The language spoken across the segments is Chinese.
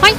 欢迎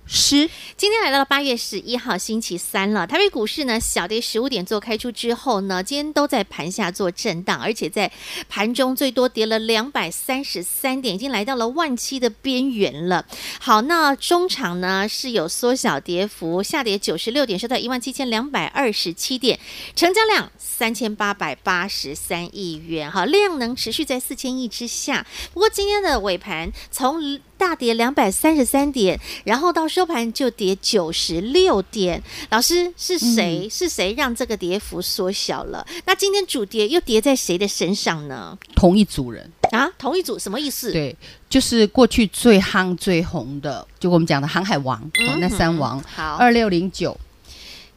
师。今天来到了八月十一号星期三了，台北股市呢小跌十五点做开出之后呢，今天都在盘下做震荡，而且在盘中最多跌了两百三十三点，已经来到了万七的边缘了。好，那中场呢是有缩小跌幅，下跌九十六点，收到一万七千两百二十七点，成交量三千八百八十三亿元，哈，量能持续在四千亿之下。不过今天的尾盘从大跌两百三十三点，然后到收盘就跌九十六点。老师是嗯谁？是谁让这个跌幅缩小了？那今天主跌又跌在谁的身上呢？同一组人，啊，同一组什么意思？对，就是过去最夯最红的，就我们讲的航海王，哦、那三王，嗯好，二六零九，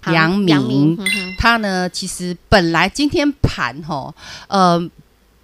好阳明嗯哼他呢其实本来今天盘哈、呃，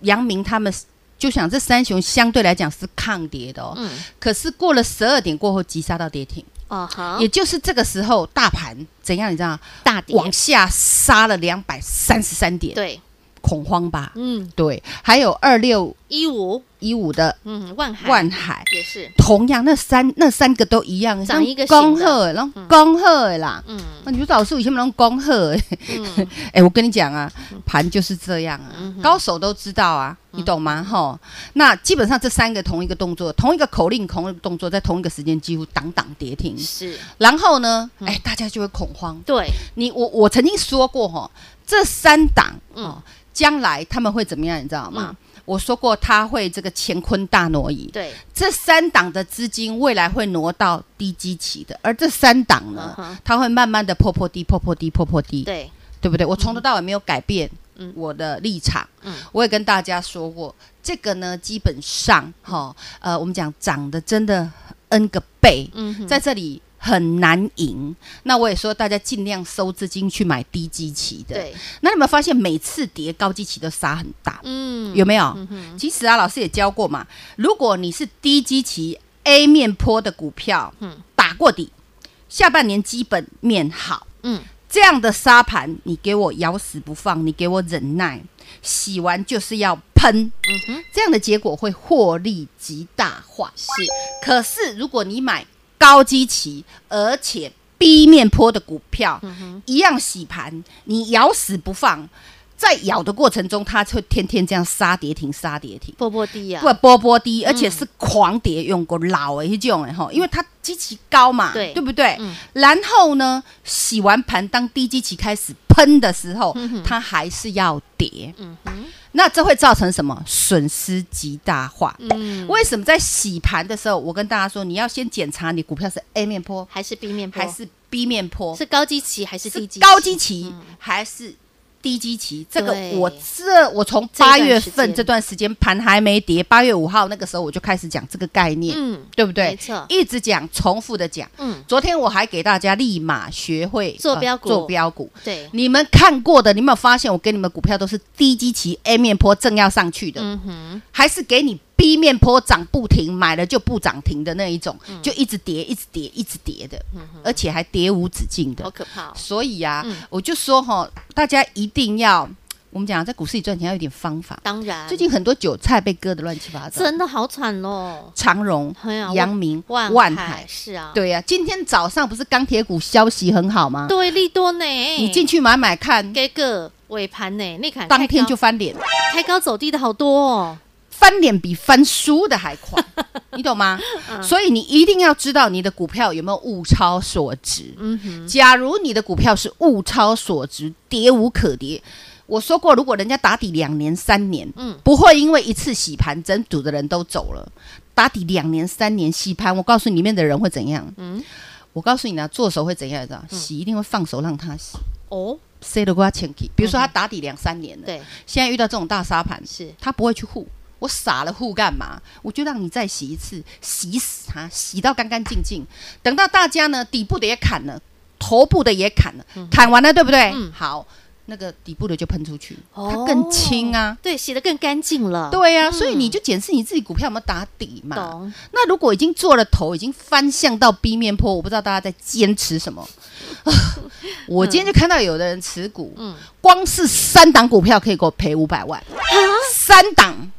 阳明他们就想这三雄相对来讲是抗跌的哦，嗯，可是过了十二点过后急杀到跌停，哦好，也就是这个时候大盘怎样你知道吗？大跌，往下杀了两百三十三点，对，恐慌吧？嗯，对，还有二六一五，一五的嗯，万海，万海，也是，同样那三那三个都一样，长一个型恭的贺，然后恭贺啦。嗯那你说老师以前弄恭贺，嗯， 哎，我跟你讲啊，盘就是这样啊，高手都知道啊，嗯你懂吗？吼，那基本上这三个同一个动作，同一个口令，同一个动作，在同一个时间几乎档档跌停，是嗯然后呢，哎，大家就会恐慌。对，你我我曾经说过哈、这三档嗯哦，将来他们会怎么样，你知道吗？我说过他会这个乾坤大挪移，对，这三档的资金未来会挪到低基期的，而这三档呢，嗯哼它会慢慢的破破低、破破低、破破低，嗯对，对不对？我从头到尾没有改变嗯我的立场，嗯我也跟大家说过，这个呢，基本上哈、呃，我们讲涨的真的 n 个倍，嗯哼，在这里很难赢。那我也说大家尽量收资金去买低基期的。对，那你有没有发现每次跌高基期都杀很大？嗯，有没有？嗯哼，其实啊，老师也教过嘛，如果你是低基期 A 面坡的股票，嗯打过底，下半年基本面好，嗯，这样的沙盘你给我咬死不放，你给我忍耐，洗完就是要喷，嗯哼，这样的结果会获利极大化。是，可是如果你买高基期，而且 B 面坡的股票，一样洗盘，你咬死不放，在咬的过程中，它会天天这样杀跌停，杀跌停。波波低呀，不波波嗯低，而且是狂跌，用过老的那种的吼，因为它基期高嘛，对不对？嗯然后呢，洗完盘当低基期开始喷的时候，它还是要跌，嗯哼，那这会造成什么？损失极大化。嗯，为什么在洗盘的时候，我跟大家说，你要先检查你股票是 A 面坡还是 B 面波，还是 B 面坡，是高基期还是低基期？嗯高基期还是低基期？这个对我这我从这一八段月时份间这段时间盘还没跌，八月五号那个时候我就开始讲这个概念，嗯，对不对？没错一直讲，重复的讲。嗯，昨天我还给大家立马学会呃坐标股坐标股。对，你们看过的，你有没有发现我给你们股票都是低基期 A 面坡正要上去的？嗯哼，还是给你 B 面坡涨不停，买了就不涨停的那一种，嗯就一直跌，一直跌，一直跌的，而且还跌无止境好的。可怕哦，所以啊，嗯我就说哈，大家一定要，我们讲在股市里赚钱要有点方法。当然，最近很多韭菜被割的乱七八糟，嗯真的好惨哦，长荣哎呀、阳明、万万海海，是啊，对呀、今天早上不是钢铁股消息很好吗？对，利多呢，你进去买买看，给个尾盘呢，你看当天开高就翻脸，开高走低的好多哦，翻脸比翻书的还 快，你懂吗？嗯所以你一定要知道你的股票有没有物超所值。嗯哼，假如你的股票是物超所值，跌无可跌，我说过，如果人家打底两年、三年，嗯不会因为一次洗盘，整组的人都走了。打底两年、三年洗盘，我告诉你，里面的人会怎样？嗯啊我告诉你呢，做手会怎样？你知道，洗一定会放手让他洗。哦，谁都给他前期，比如说他打底两三年了，嗯对，现在遇到这种大沙盘，是他不会去护。我傻了护干嘛？我就让你再洗一次，洗死他，洗到干干净净。等到大家呢底部的也砍了，头部的也砍了，砍完了对不对？嗯好，那个底部的就喷出去，哦它更轻啊。对，洗得更干净了。对呀、啊，所以你就检视你自己股票有没有打底嘛。嗯懂，那如果已经做了头，已经翻向到 B 面坡，我不知道大家在坚持什么。 我今天就看到有的人持股，嗯啊光是三档股票可以给我赔五百万，三档，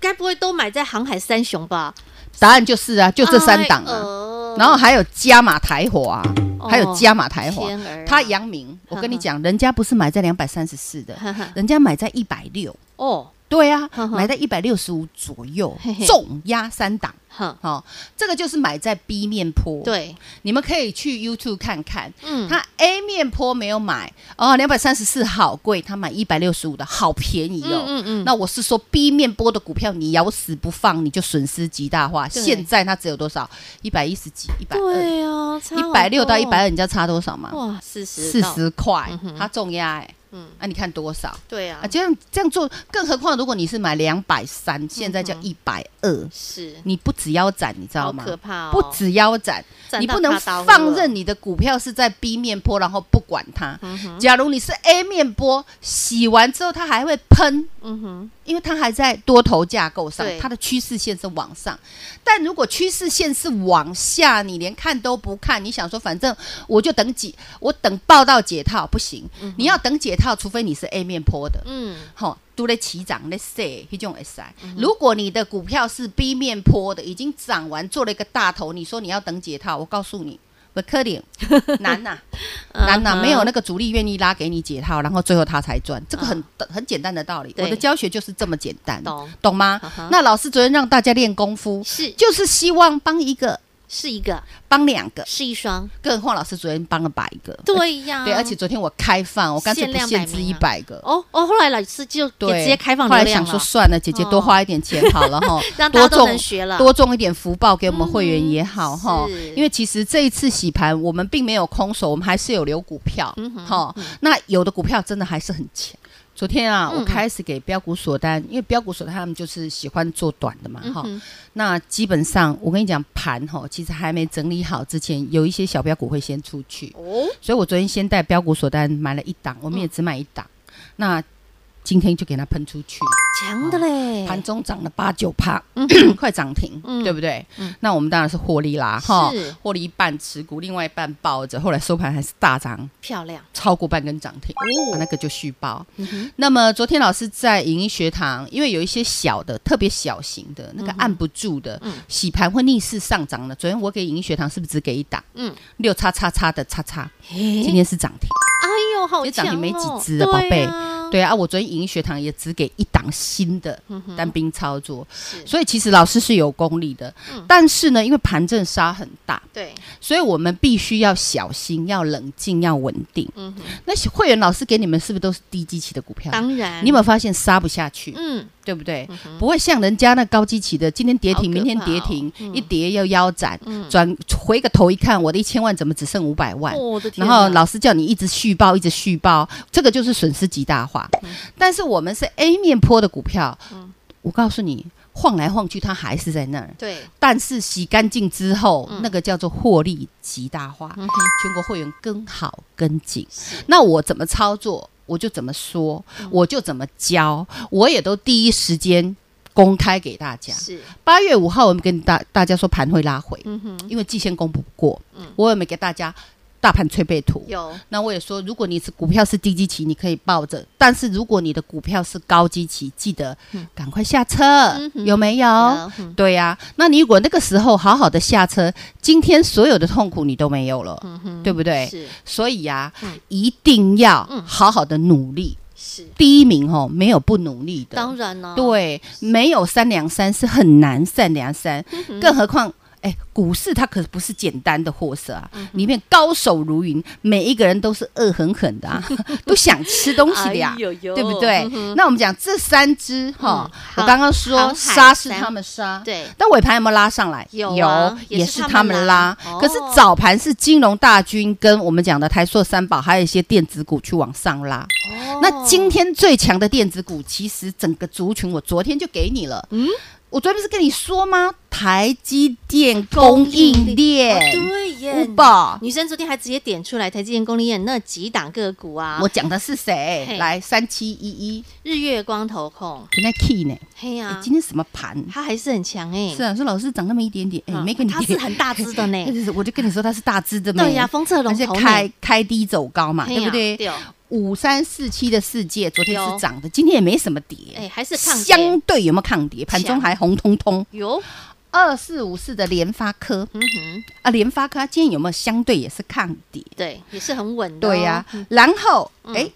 该不会都买在航海三雄吧？答案就是啊，就这三档哎啊。呃然后还有加码台华、啊哦还有加码台华天儿啊，他阳明，我跟你讲，人家不是买在两百三十四的呵呵，人家买在一百六，哦，对啊呵，呵买在一百六十五左右嘿嘿，重压三档，哼，哦，这个就是买在 B 面坡，对，你们可以去 YouTube 看看，嗯，他 A 面坡没有买哦，两百三十四好贵，他买一百六十五的好便宜哦。嗯嗯嗯那我是说 B 面坡的股票，你咬死不放，你就损失极大化。对现在它只有多少？一百一十几，一百二，对啊，一百六到一百二，二，你知道差多少吗？哇，四十，四，十块嗯，哼它重压哎，嗯，那你看多少？对啊啊，，这样这样做，更何况如果你是买两百三，现在叫一百二，是，你不止腰斩，你知道嗯好吗？可怕哦，不止腰斩，斩你到不能他刀放了任你的股票是在 B 面坡，然后不管它。嗯假如你是 A 面坡，洗完之后它还会喷，嗯哼，因为它还在多头架构上对，它的趋势线是往上。但如果趋势线是往下，你连看都不看，你想说反正我就等几，我等报到解套不行，你要等解套，除非你是 A 面坡的。嗯，吼，都在起涨在说迄种会使。如果你的股票是 B 面坡的，已经涨完做了一个大头，你说你要等解套，我告诉你。不 可能，难呐、难呐、嗯哼没有那个主力愿意拉给你解套，然后最后他才赚，这个很、很简单的道理。嗯对我的教学就是这么简单，懂懂吗嗯哼那老师昨天让大家练功夫，是就是呃希望帮一个、是一个，帮两个，是一双，更何况老师昨天帮了百个，对呀，呃对，而且昨天我开放，我干脆限不量限摆制明一啊百个，哦哦，后来老师就给对，直接开放后流来量想说了，，算了，姐姐多花一点钱好了哈 让大多家都种能学了，多种一点福报给我们会员也好哈、嗯是因为其实这一次洗盘，我们并没有空手，我们还是有留股票嗯哈、那有的股票真的还是很强。昨天啊，嗯我开始给标股锁单，因为标股锁单他们就是喜欢做短的嘛哈、嗯哼那基本上我跟你讲，盘哈，其实还没整理好之前，有一些小标股会先出去。哦，所以我昨天先带标股锁单买了一档，嗯我们也只买一档。那今天就给它喷出去，强的嘞，哦盘中涨了八九趴， 快涨停，嗯对不对嗯？那我们当然是获利啦，是获利一半持股，另外一半抱着，后来收盘还是大涨，漂亮，超过半根涨停，哦啊那个就续报。嗯哼，那么昨天老师在影音学堂，因为有一些小的，特别小型的那嗯个哼按不住的，嗯洗盘或逆势上涨的，昨天我给影音学堂是不是只给一档？嗯，六叉叉叉的叉叉，今嘿，天是涨停。哎呦，好今强天嗯涨哦，停没几只了宝对贝啊对啊，我昨天影音学堂也只给一档新的嗯哼单兵操作，是嗯所以其实老师是有功力的。但是呢，因为盘阵杀很大，对，所以我们必须要小心、要冷静、要稳定。嗯哼，那会员老师给你们是不是都是低基期的股票？当然，你有没有发现杀不下去，嗯，对不对？不会像人家那高基期的，今天跌好可停，明天怕跌哦停，嗯一跌要腰斩，嗯转回个头一看，我的一千万怎么只剩五百万？哦我的天啊然哪，后老师叫你一直续报，一直续报，这个就是损失极大嗯化。但是我们是 A 面坡的股票，我告诉你，晃来晃去它还是在那儿。对，但是洗干净之后，那个叫做获利极大化。嗯嗯哼，全国会员跟好跟紧，是嗯那我怎么操作，我就怎么说，我就怎么教，我也都第一时间公开给大家。是，八月五号，我们跟大大家说盘会拉回，嗯哼，嗯因为季线攻不过，我有没有给大家大盘推背图？有那我也说，如果你是股票是低基期，你可以抱着；但是如果你的股票是高基期，记得赶快下车，嗯哼有没有？有，嗯对呀、那你如果那个时候好好的下车，今天所有的痛苦你都没有了，嗯哼，对不对？是所以呀、嗯一定要嗯好好的努力。是，第一名哦，没有不努力的，啊当然呢，哦嗯对，没有三两三是很难三两三，更何况哎，股市它可不是简单的货色啊，嗯里面高手如云，每一个人都是恶狠狠 的、啊，都想吃东西的呀、哎呦呦对不对？那我们讲这三只哈嗯，我好刚刚航说海杀是三他们杀，对但尾盘有没有拉上来？有啊也也是是他他们们拉拉。可是哦早盘是金融大军跟我们讲的台塑三宝，还有一些电子股去往上拉。哦那今天最强的电子股，其实整个族群我昨天就给你了。嗯嗯，我昨天不是跟你说吗？台积电供供应应链，哦对耶，五宝女生昨天还直接点出来台积电、供应链那几档个股啊，我讲的是谁嘿？来，三七一一，日月光投控，今天 key 呢？嘿啊呀、哎今天什么盘？它还是很强哎、是啊，说老师涨那么一点点，哎，嗯没跟你它是 跌很大只的呢 就是我就跟你说它是大只的嘛。对呀、封测而龙且头呢开开低走高嘛，嘿对呀不对？哦五三四七的世界昨天有是涨的，今天也没什么跌，哎还是抗跌相对有没有抗跌？盘中强还红彤彤。有，二四五四的联发科嗯哼，啊，联发科它今天有没有相对也是抗跌？对，也是很稳的、对呀、嗯然后嗯哎，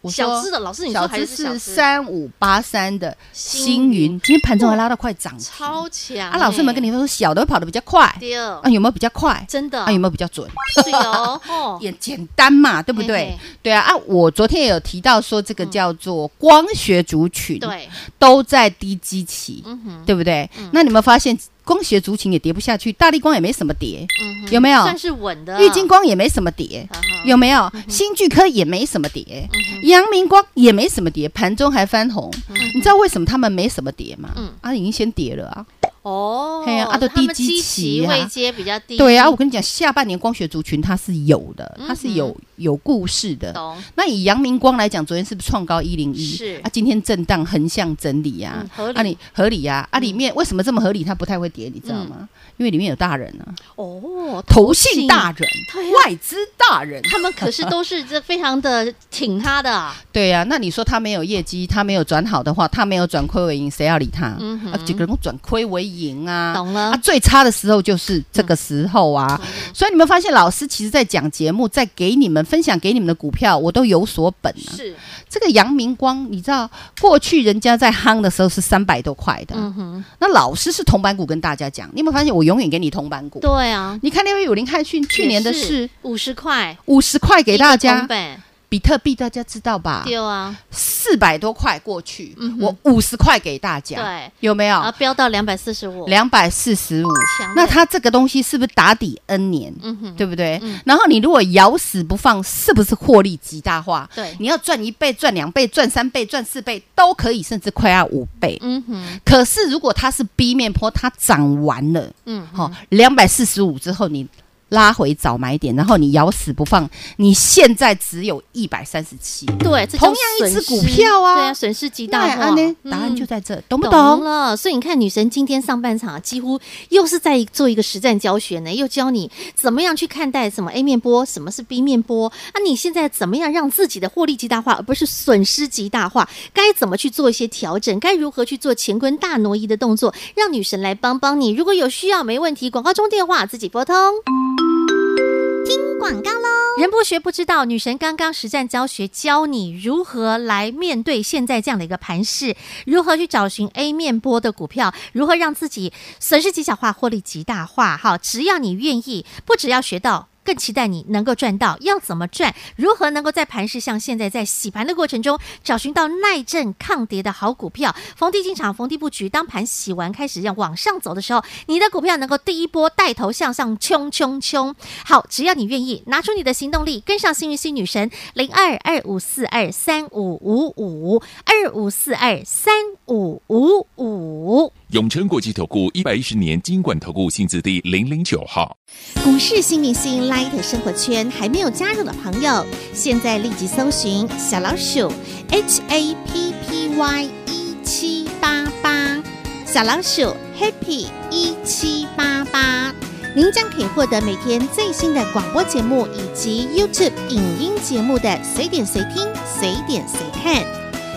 我说小资的老师你说小还是资小是资三五八三的星星云云，今天盘中还拉到快涨停超强、欸啊，老师们跟你说小的会跑得比较快丢、啊，有没有比较快？真的、啊，有没有比较准？是有 哦，也简单嘛，对不嘿对嘿？嗯对啊，啊，我昨天也有提到说这个叫做光学族群，，对，都在低基期，嗯哼，对不对？那你有没有发现光学族群也跌不下去，大力光也没什么跌，嗯哼，有没有？算是啊稳的，玉金光也没什么跌啊哈，有没有？新巨科也没什么跌，嗯阳明光也没什么跌，盘中还翻红。你知道为什么他们没什么跌吗嗯？啊，已经先跌了啊。哦，嘿呀啊都他们低基基期期啊位阶比较低，对啊，我跟你讲，下半年光学族群它是有的，它是有有故事的。嗯懂，那以阳明光来讲，昨天是不是创高一零一？是啊，今天震荡横向整理呀、嗯合理嗯啊你合理呀、啊，里面为什么这么合理？它不太会跌，你知道吗？因为里面有大人啊，哦，投信大人、对啊外资大人，他们可是都是这非常的挺他的 啊，对呀、那你说他没有业绩，他没有转好的话，他没有转亏为盈，谁要理他？嗯哼啊，几个人转亏为盈啊？懂嗯了啊，最差的时候就是这个时候啊。所以你们发现，老师其实在讲节目，在给你们分享给你们的股票，我都有所本啊。是，这个阳明光，你知道过去人家在夯的时候是三百多块的，嗯哼，那老师是铜板股跟大家讲，你有没有发现我永远给你铜板股？对啊，你看六一五零汉讯去年的是五十块五十块给大一个铜家，板，比特币大家知道吧？丢啊，四百多块过去，嗯哼我五十块给大家，对，有没啊，有？飙到两百四十五，两百四十五强烈，那它这个东西是不是打底 N 年？嗯哼，对不对？嗯然后你如果咬死不放，是不是获利极大化？对你要赚一倍、赚两倍、赚三倍、赚四倍都可以，甚至快要五倍。嗯哼，可是如果它是 B 面坡，它涨完了，嗯哼，哈、两百四十五之后你。拉回早买点，然后你咬死不放，你现在只有一百三十七，对，这同种样一只损股失票啊对啊，损失极大那化安呢，？嗯答案就在这，懂不懂懂？了，所以你看，女神今天上半场几乎又是在做一个实战教学呢，又教你怎么样去看待什么 A 面波，什么是 B 面波，那、你现在怎么样让自己的获利极大化，而不是损失极大化？该怎么去做一些调整？该如何去做乾坤大挪移的动作？让女神来帮帮你。如果有需要，没问题，广告中电话自己拨通。广告喽。人博学不知道，女神刚刚实战教学教你如何来面对现在这样的一个盘势，如何去找寻 A 面波的股票，如何让自己损失极小化，获利极大化。哈，只要你愿意，不只要学到。更期待你能够赚到，要怎么赚？如何能够在盘势像现在在洗盘的过程中，找寻到耐震抗跌的好股票？逢低进场，逢低布局。当盘洗完开始要往上走的时候，你的股票能够第一波带头向上冲冲冲。好，只要你愿意，拿出你的行动力，跟上幸运星女神零二二五四二三五五五二五四二三五五五。永诚国际投顾一百一十年金管投顾新字第零零九号。股市新明星 Light 生活圈还没有加入的朋友，现在立即搜寻小老鼠 HAPPY 一 E 七八八，小老鼠 Happy 一七八八，您将可以获得每天最新的广播节目以及 YouTube 影音节目的随点随听、随点随看。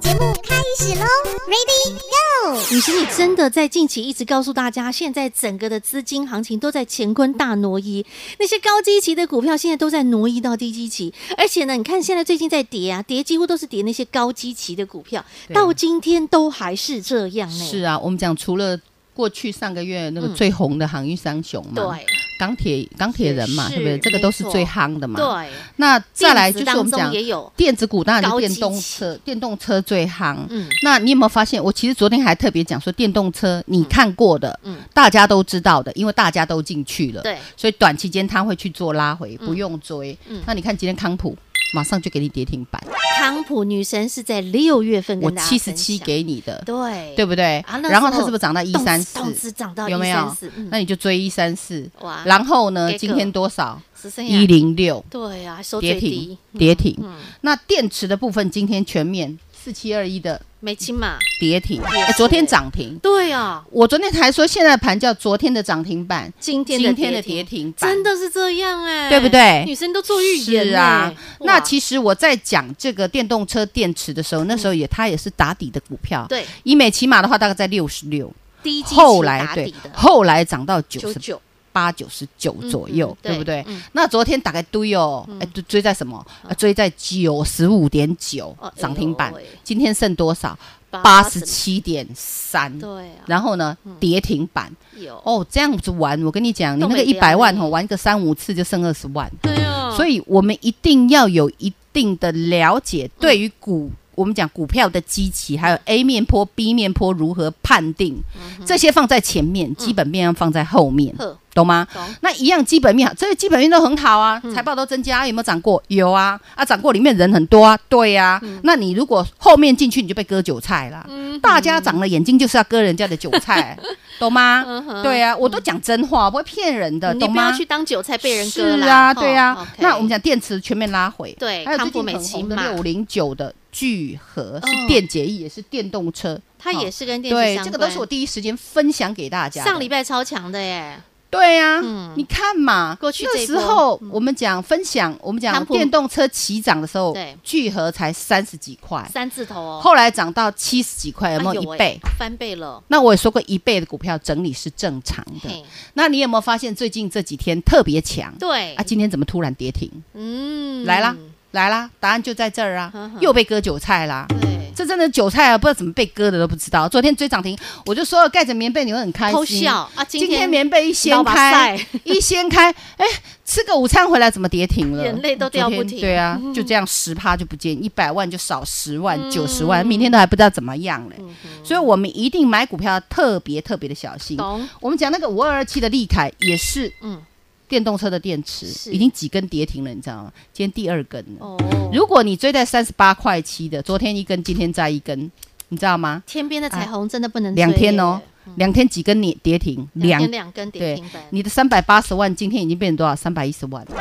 节目开始始喽，Ready Go！你是你真的在近期一直告诉大家，现在整个的资金行情都在乾坤大挪移，那些高基期的股票现在都在挪移到低基期，而且呢，你看现在最近在跌啊，跌几乎都是跌那些高基期的股票，对到今天都还是这样呢。是啊，我们讲除了过去上个月那个嗯最红的航运三雄嘛，对钢铁钢铁人嘛，是对不对？这个都是没错最夯的嘛。对，那再来电子就是我们当中讲也有电子股，当然高是基电动期车，电动车最夯。嗯那你有没有发现？我其实昨天还特别讲说，电动车你看过的，嗯大家都知道的，因为大家都进去了，对，所以短期间它会去做拉回，不用追。嗯那你看今天康普马上就给你跌停板，康普女神是在六月份我跟大家七十七分享给你的，对对不对？啊那时候然后它是不是涨到一动三次四？动次涨到有没有134嗯那你就追一三四，哇然后呢给？个今天多少？十三一零六对啊，收跌最停低，跌停。嗯，那电池的部分今天全面四七二一的没清嘛，跌停，也哎昨天是涨停。对啊，我昨天还说现在盘叫昨天的涨停板，今天今天的跌停停板，真的是这样哎、对不对女生都做预言、欸、是啊。哇那其实我在讲这个电动车电池的时候，那时候也它也是打底的股票，嗯对以美骑马的话大概在六十六，第一季后是来打对底，的后来涨到九九十九八九十九左右，嗯嗯对不对对嗯？那昨天大概堆哦，哎，追追在什么？呃追在九十五点九哦涨停板哎呦喂，今天剩多少？八八十七点三。对啊，然后呢，跌停板有哦，这样子玩，我跟你讲，你都那个没一百万标哦，的玩个三五次就剩二十万，对啊，所以以我们一定要有一定的了解，对于股，我们讲股票的基期，还有 A 面坡、B 面坡如何判定，这些放在前面，基本面要放在后面，嗯呵懂吗懂？嗯那一样基本面，这个基本面都很好啊，财报都增加，有没有涨过？有啊，啊涨过里面人很多啊，对呀、嗯啊。那你如果后面进去，你就被割韭菜啦。大家长了眼睛就是要割人家的韭菜，懂吗？对呀、啊，我都讲真话，我不会骗人的，嗯你懂不要吗？去当韭菜被人割是啦啊，哦对啊 OK。那我们讲电池全面拉回，对还有最康普近美很骑红的马六零九的聚合哦是电解液，也是电动车，它也是是跟电视哦对，相关，这个都是我第一时间分享给大家的。上礼拜超强的耶，对呀、嗯你看嘛，过去这那一嗯时候我们讲分享，我们康讲普电动车起涨的时候对，聚合才三十几块，三字头哦，哎后来涨到七十几块，有没哎有呦一倍？喂翻倍了？那我也说过，一倍的股票整理是正常的嘿。，那你有没有发现最近这几天特别强？对啊，，今天怎么突然跌停？嗯来啦，来啦，答案就在这儿啊呵呵，又被割韭菜啦。对，这真的韭菜啊，不知道怎么被割的都不知道。昨天追涨停，我就说了盖着棉被你会很开偷心。笑啊，今天棉被一掀老把开晒， 一掀开，哎，吃个午餐回来怎么跌停了？眼泪都掉不停嗯昨天对啊，就这样十趴就不见，一百万就少十万、九十万，明天都还不知道怎么样嘞。嗯所以我们一定买股票特别特别的小心。懂我们讲那个五二二七的利凯也是，嗯嗯，电动车的电池是已经几根跌停了，你知道吗？今天第二根了。哦，如果你追在三十八块七的，昨天一根，今天再一根，你知道吗？天边的彩虹真的不能追啊两天耶嗯哦，两天几根跌跌停，两两天两根跌对停板，你的三百八十万今天已经变成多少？三百一十万。哦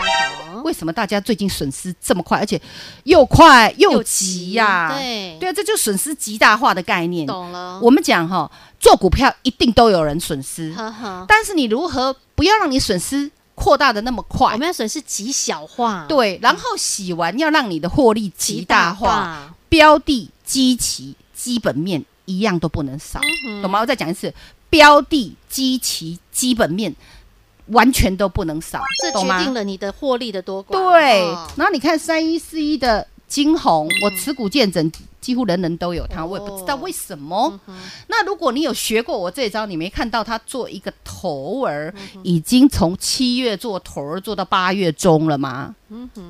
为什么大家最近损失这么快，而且又快又急呀、对对啊，这就损失极大化的概念。懂了，我们讲哈、做股票一定都有人损失，呵呵，但是你如何不要让你损失扩大的那么我快？们要损失极小化，，对，然后洗完要让你的获利极大化，化，标的、基期、基本面一样都不能少，嗯懂吗？我再讲一次，标的、基期、基本面完全都不能少，这懂决吗？定了你的获利的多寡，对哦，然后你看三一四一的金红，我持股见证，几乎人人都有它，我也不知道为什么。那如果你有学过我这一招，你没看到它做一个头儿，已经从七月做头儿做到八月中了吗？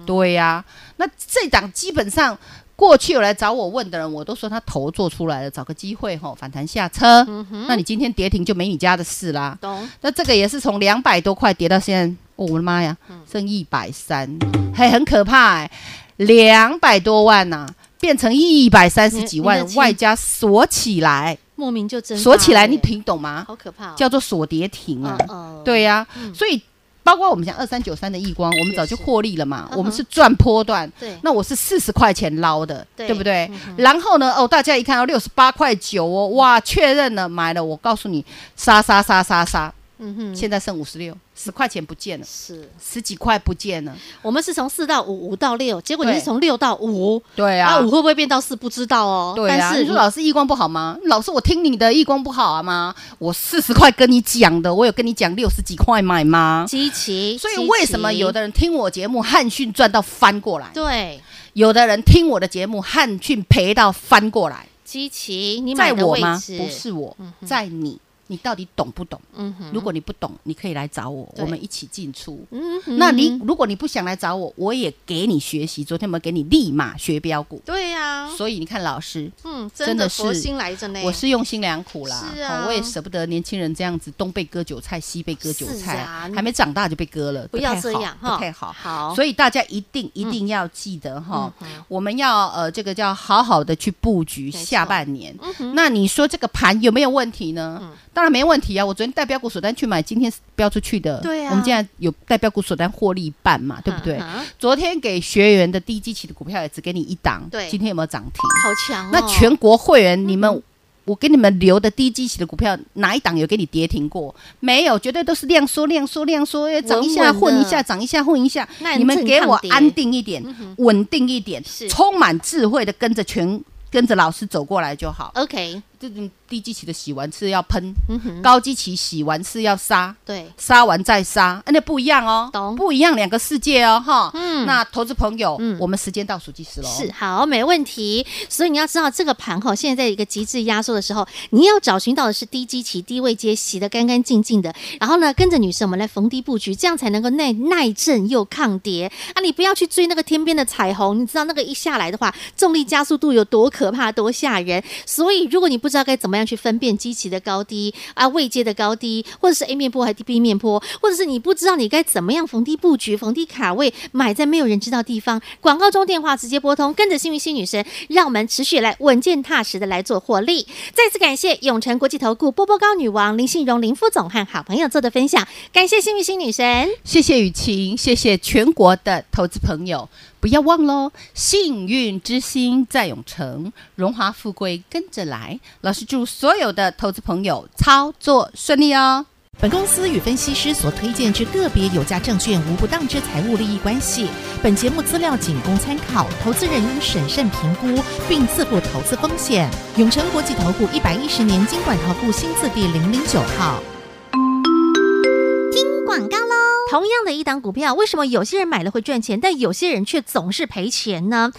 对呀、那这档基本上。过去有来找我问的人，我都说他头做出来了，找个机会吼反弹下车。那你今天跌停就没你家的事啦。懂，那这个也是从两百多块跌到现在，哦、我的妈呀，嗯剩一百三，嘿，很可怕哎、两百多万呐、变成一百三十几你你的万，钱外加锁起来，莫名就真锁起来，你停，听懂吗？好可怕哦，叫做锁跌停啊，嗯，对呀、所以。包括我们讲二三九三的易光，我们早就获利了嘛，哼我们是赚波段，对那我是四十块钱捞的，对嗯对不对？然后呢，哦，大家一看到六十八块九哦，哇，确认了买了，我告诉你，杀杀杀杀杀，嗯哼，现在剩五十六，十块钱不见了，是十几块不见了。我们是从四到五，五到六，结果你对啊是从六到五，对啊，啊五，会不会变到四不知道哦。对啊。但是你说老师义工不好吗？老师，我听你的义工不好啊吗？我四十块跟你讲的，我有跟你讲六十几块买吗？积极，所以积为什么极有的人听我节目汉逊赚到翻过来，对有的人听我的节目汉逊赔到翻过来？积极，你在买的我位吗？置不，是我，在你。你到底懂不懂？嗯哼，如果你不懂，你可以来找我，对我们一起进出。嗯哼，那你如果你不想来找我，我也给你学习。昨天我们给你立马学标股，对呀，所以你看老师，嗯，真的佛是心来着呢，我是用心良苦啦，啊是啊哦我也舍不得年轻人这样子东被割韭菜，西被割韭菜，是啊你还没长大就被割了，不要太这好样哈，不太好。好，嗯所以哦嗯大家一定一定要记得哈，我们要呃这个叫好好的去布局错下半年。嗯哼，那你说这个盘有没有问题呢？当然没问题啊！我昨天带标股锁单去买，今天标出去的。对啊我们现在有带标股锁单获利一半嘛，对不对？嗯哼昨天给学员的低基期的股票也只给你一档，对今天有没有涨停？好强哦，那全国会员，你们、我给你们留的低基期的股票，哪一档有给你跌停过？没有，绝对都是量缩、量缩、量缩，哎涨一下稳稳的混一下，涨一下混一下那。很你们给我正常跌嗯安定一点，稳定一点是，充满智慧的跟着全跟着老师走过来就好。 OK，这种低基期的洗完是要喷，嗯哼，高基期洗完是要杀。对，杀完再杀，啊那不一样哦，懂不一样，两个世界哦，哈。嗯那投资朋友，嗯我们时间倒数计时喽。是好，没问题。所以你要知道，这个盘哈，现在在一个极致压缩的时候，你要找寻到的是低基期、低位接洗得干干净净的，然后呢，跟着女生我们来逢低布局，这样才能够耐耐震又抗跌啊！你不要去追那个天边的彩虹，你知道那个一下来的话，重力加速度有多可怕、多吓人。所以，如果你不知道该怎么样去分辨基期的高低啊、位阶的高低，或者是 A 面坡还是 B 面坡，或者是你不知道你该怎么样逢低布局、逢低卡位，买在没有人知道地方，广告中电话直接拨通，跟着幸运星女神，让我们持续来稳健踏实的来做获利。再次感谢永诚国际投顾波波高女王林信荣林副总和好朋友做的分享，感谢幸运星女神。谢谢雨晴，谢谢全国的投资朋友，不要忘喽！幸运之星在永城，荣华富贵跟着来。老师祝所有的投资朋友操作顺利哦。本公司与分析师所推荐之个别有价证券无不当之财务利益关系。本节目资料仅供参考，投资人应审慎评估并自负投资风险。永诚国际投顾一百一十年经管投顾新字第零零九号。广告喽！同样的一档股票，为什么有些人买了会赚钱，但有些人却总是赔钱呢？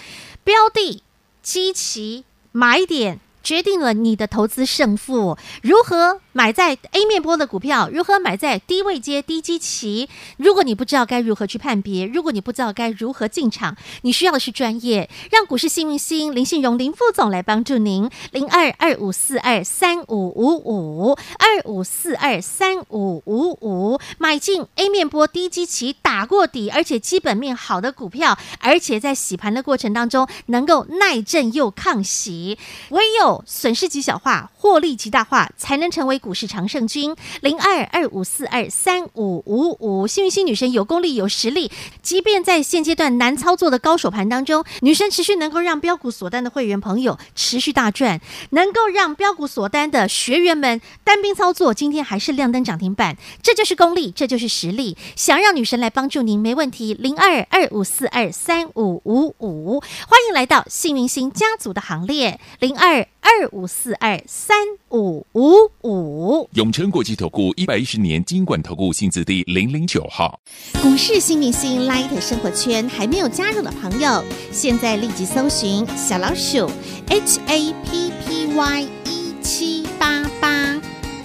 标的、基期、买点。决定了你的投资胜负，如何买在 A 面波的股票，如何买在低位接低基期。如果你不知道该如何去判别，如果你不知道该如何进场，你需要的是专业，让股市幸运星林信荣林副总来帮助您。零二二五四二三五五五二五四二三五五五，买进 A 面波低基期打过底，而且基本面好的股票，而且在洗盘的过程当中能够耐震又抗洗，唯有损失极小化，获利极大化，才能成为股市常胜军。零二二五四二三五五五，幸运星女神有功力有实力，即便在现阶段难操作的高手盘当中，女生持续能够让标股锁单的会员朋友持续大赚，能够让标股锁单的学员们单兵操作，今天还是亮灯涨停板，这就是功力，这就是实力。想让女神来帮助您，没问题，零二二五四二三五五五，欢迎来到幸运星家族的行列，零二二五四二三五五五。永诚国际投顾一百一十年金管投顾性质第零零九号。股市新明星 Light 生活圈还没有加入的朋友，现在立即搜寻小老鼠 HAPPY 一 E 七八八，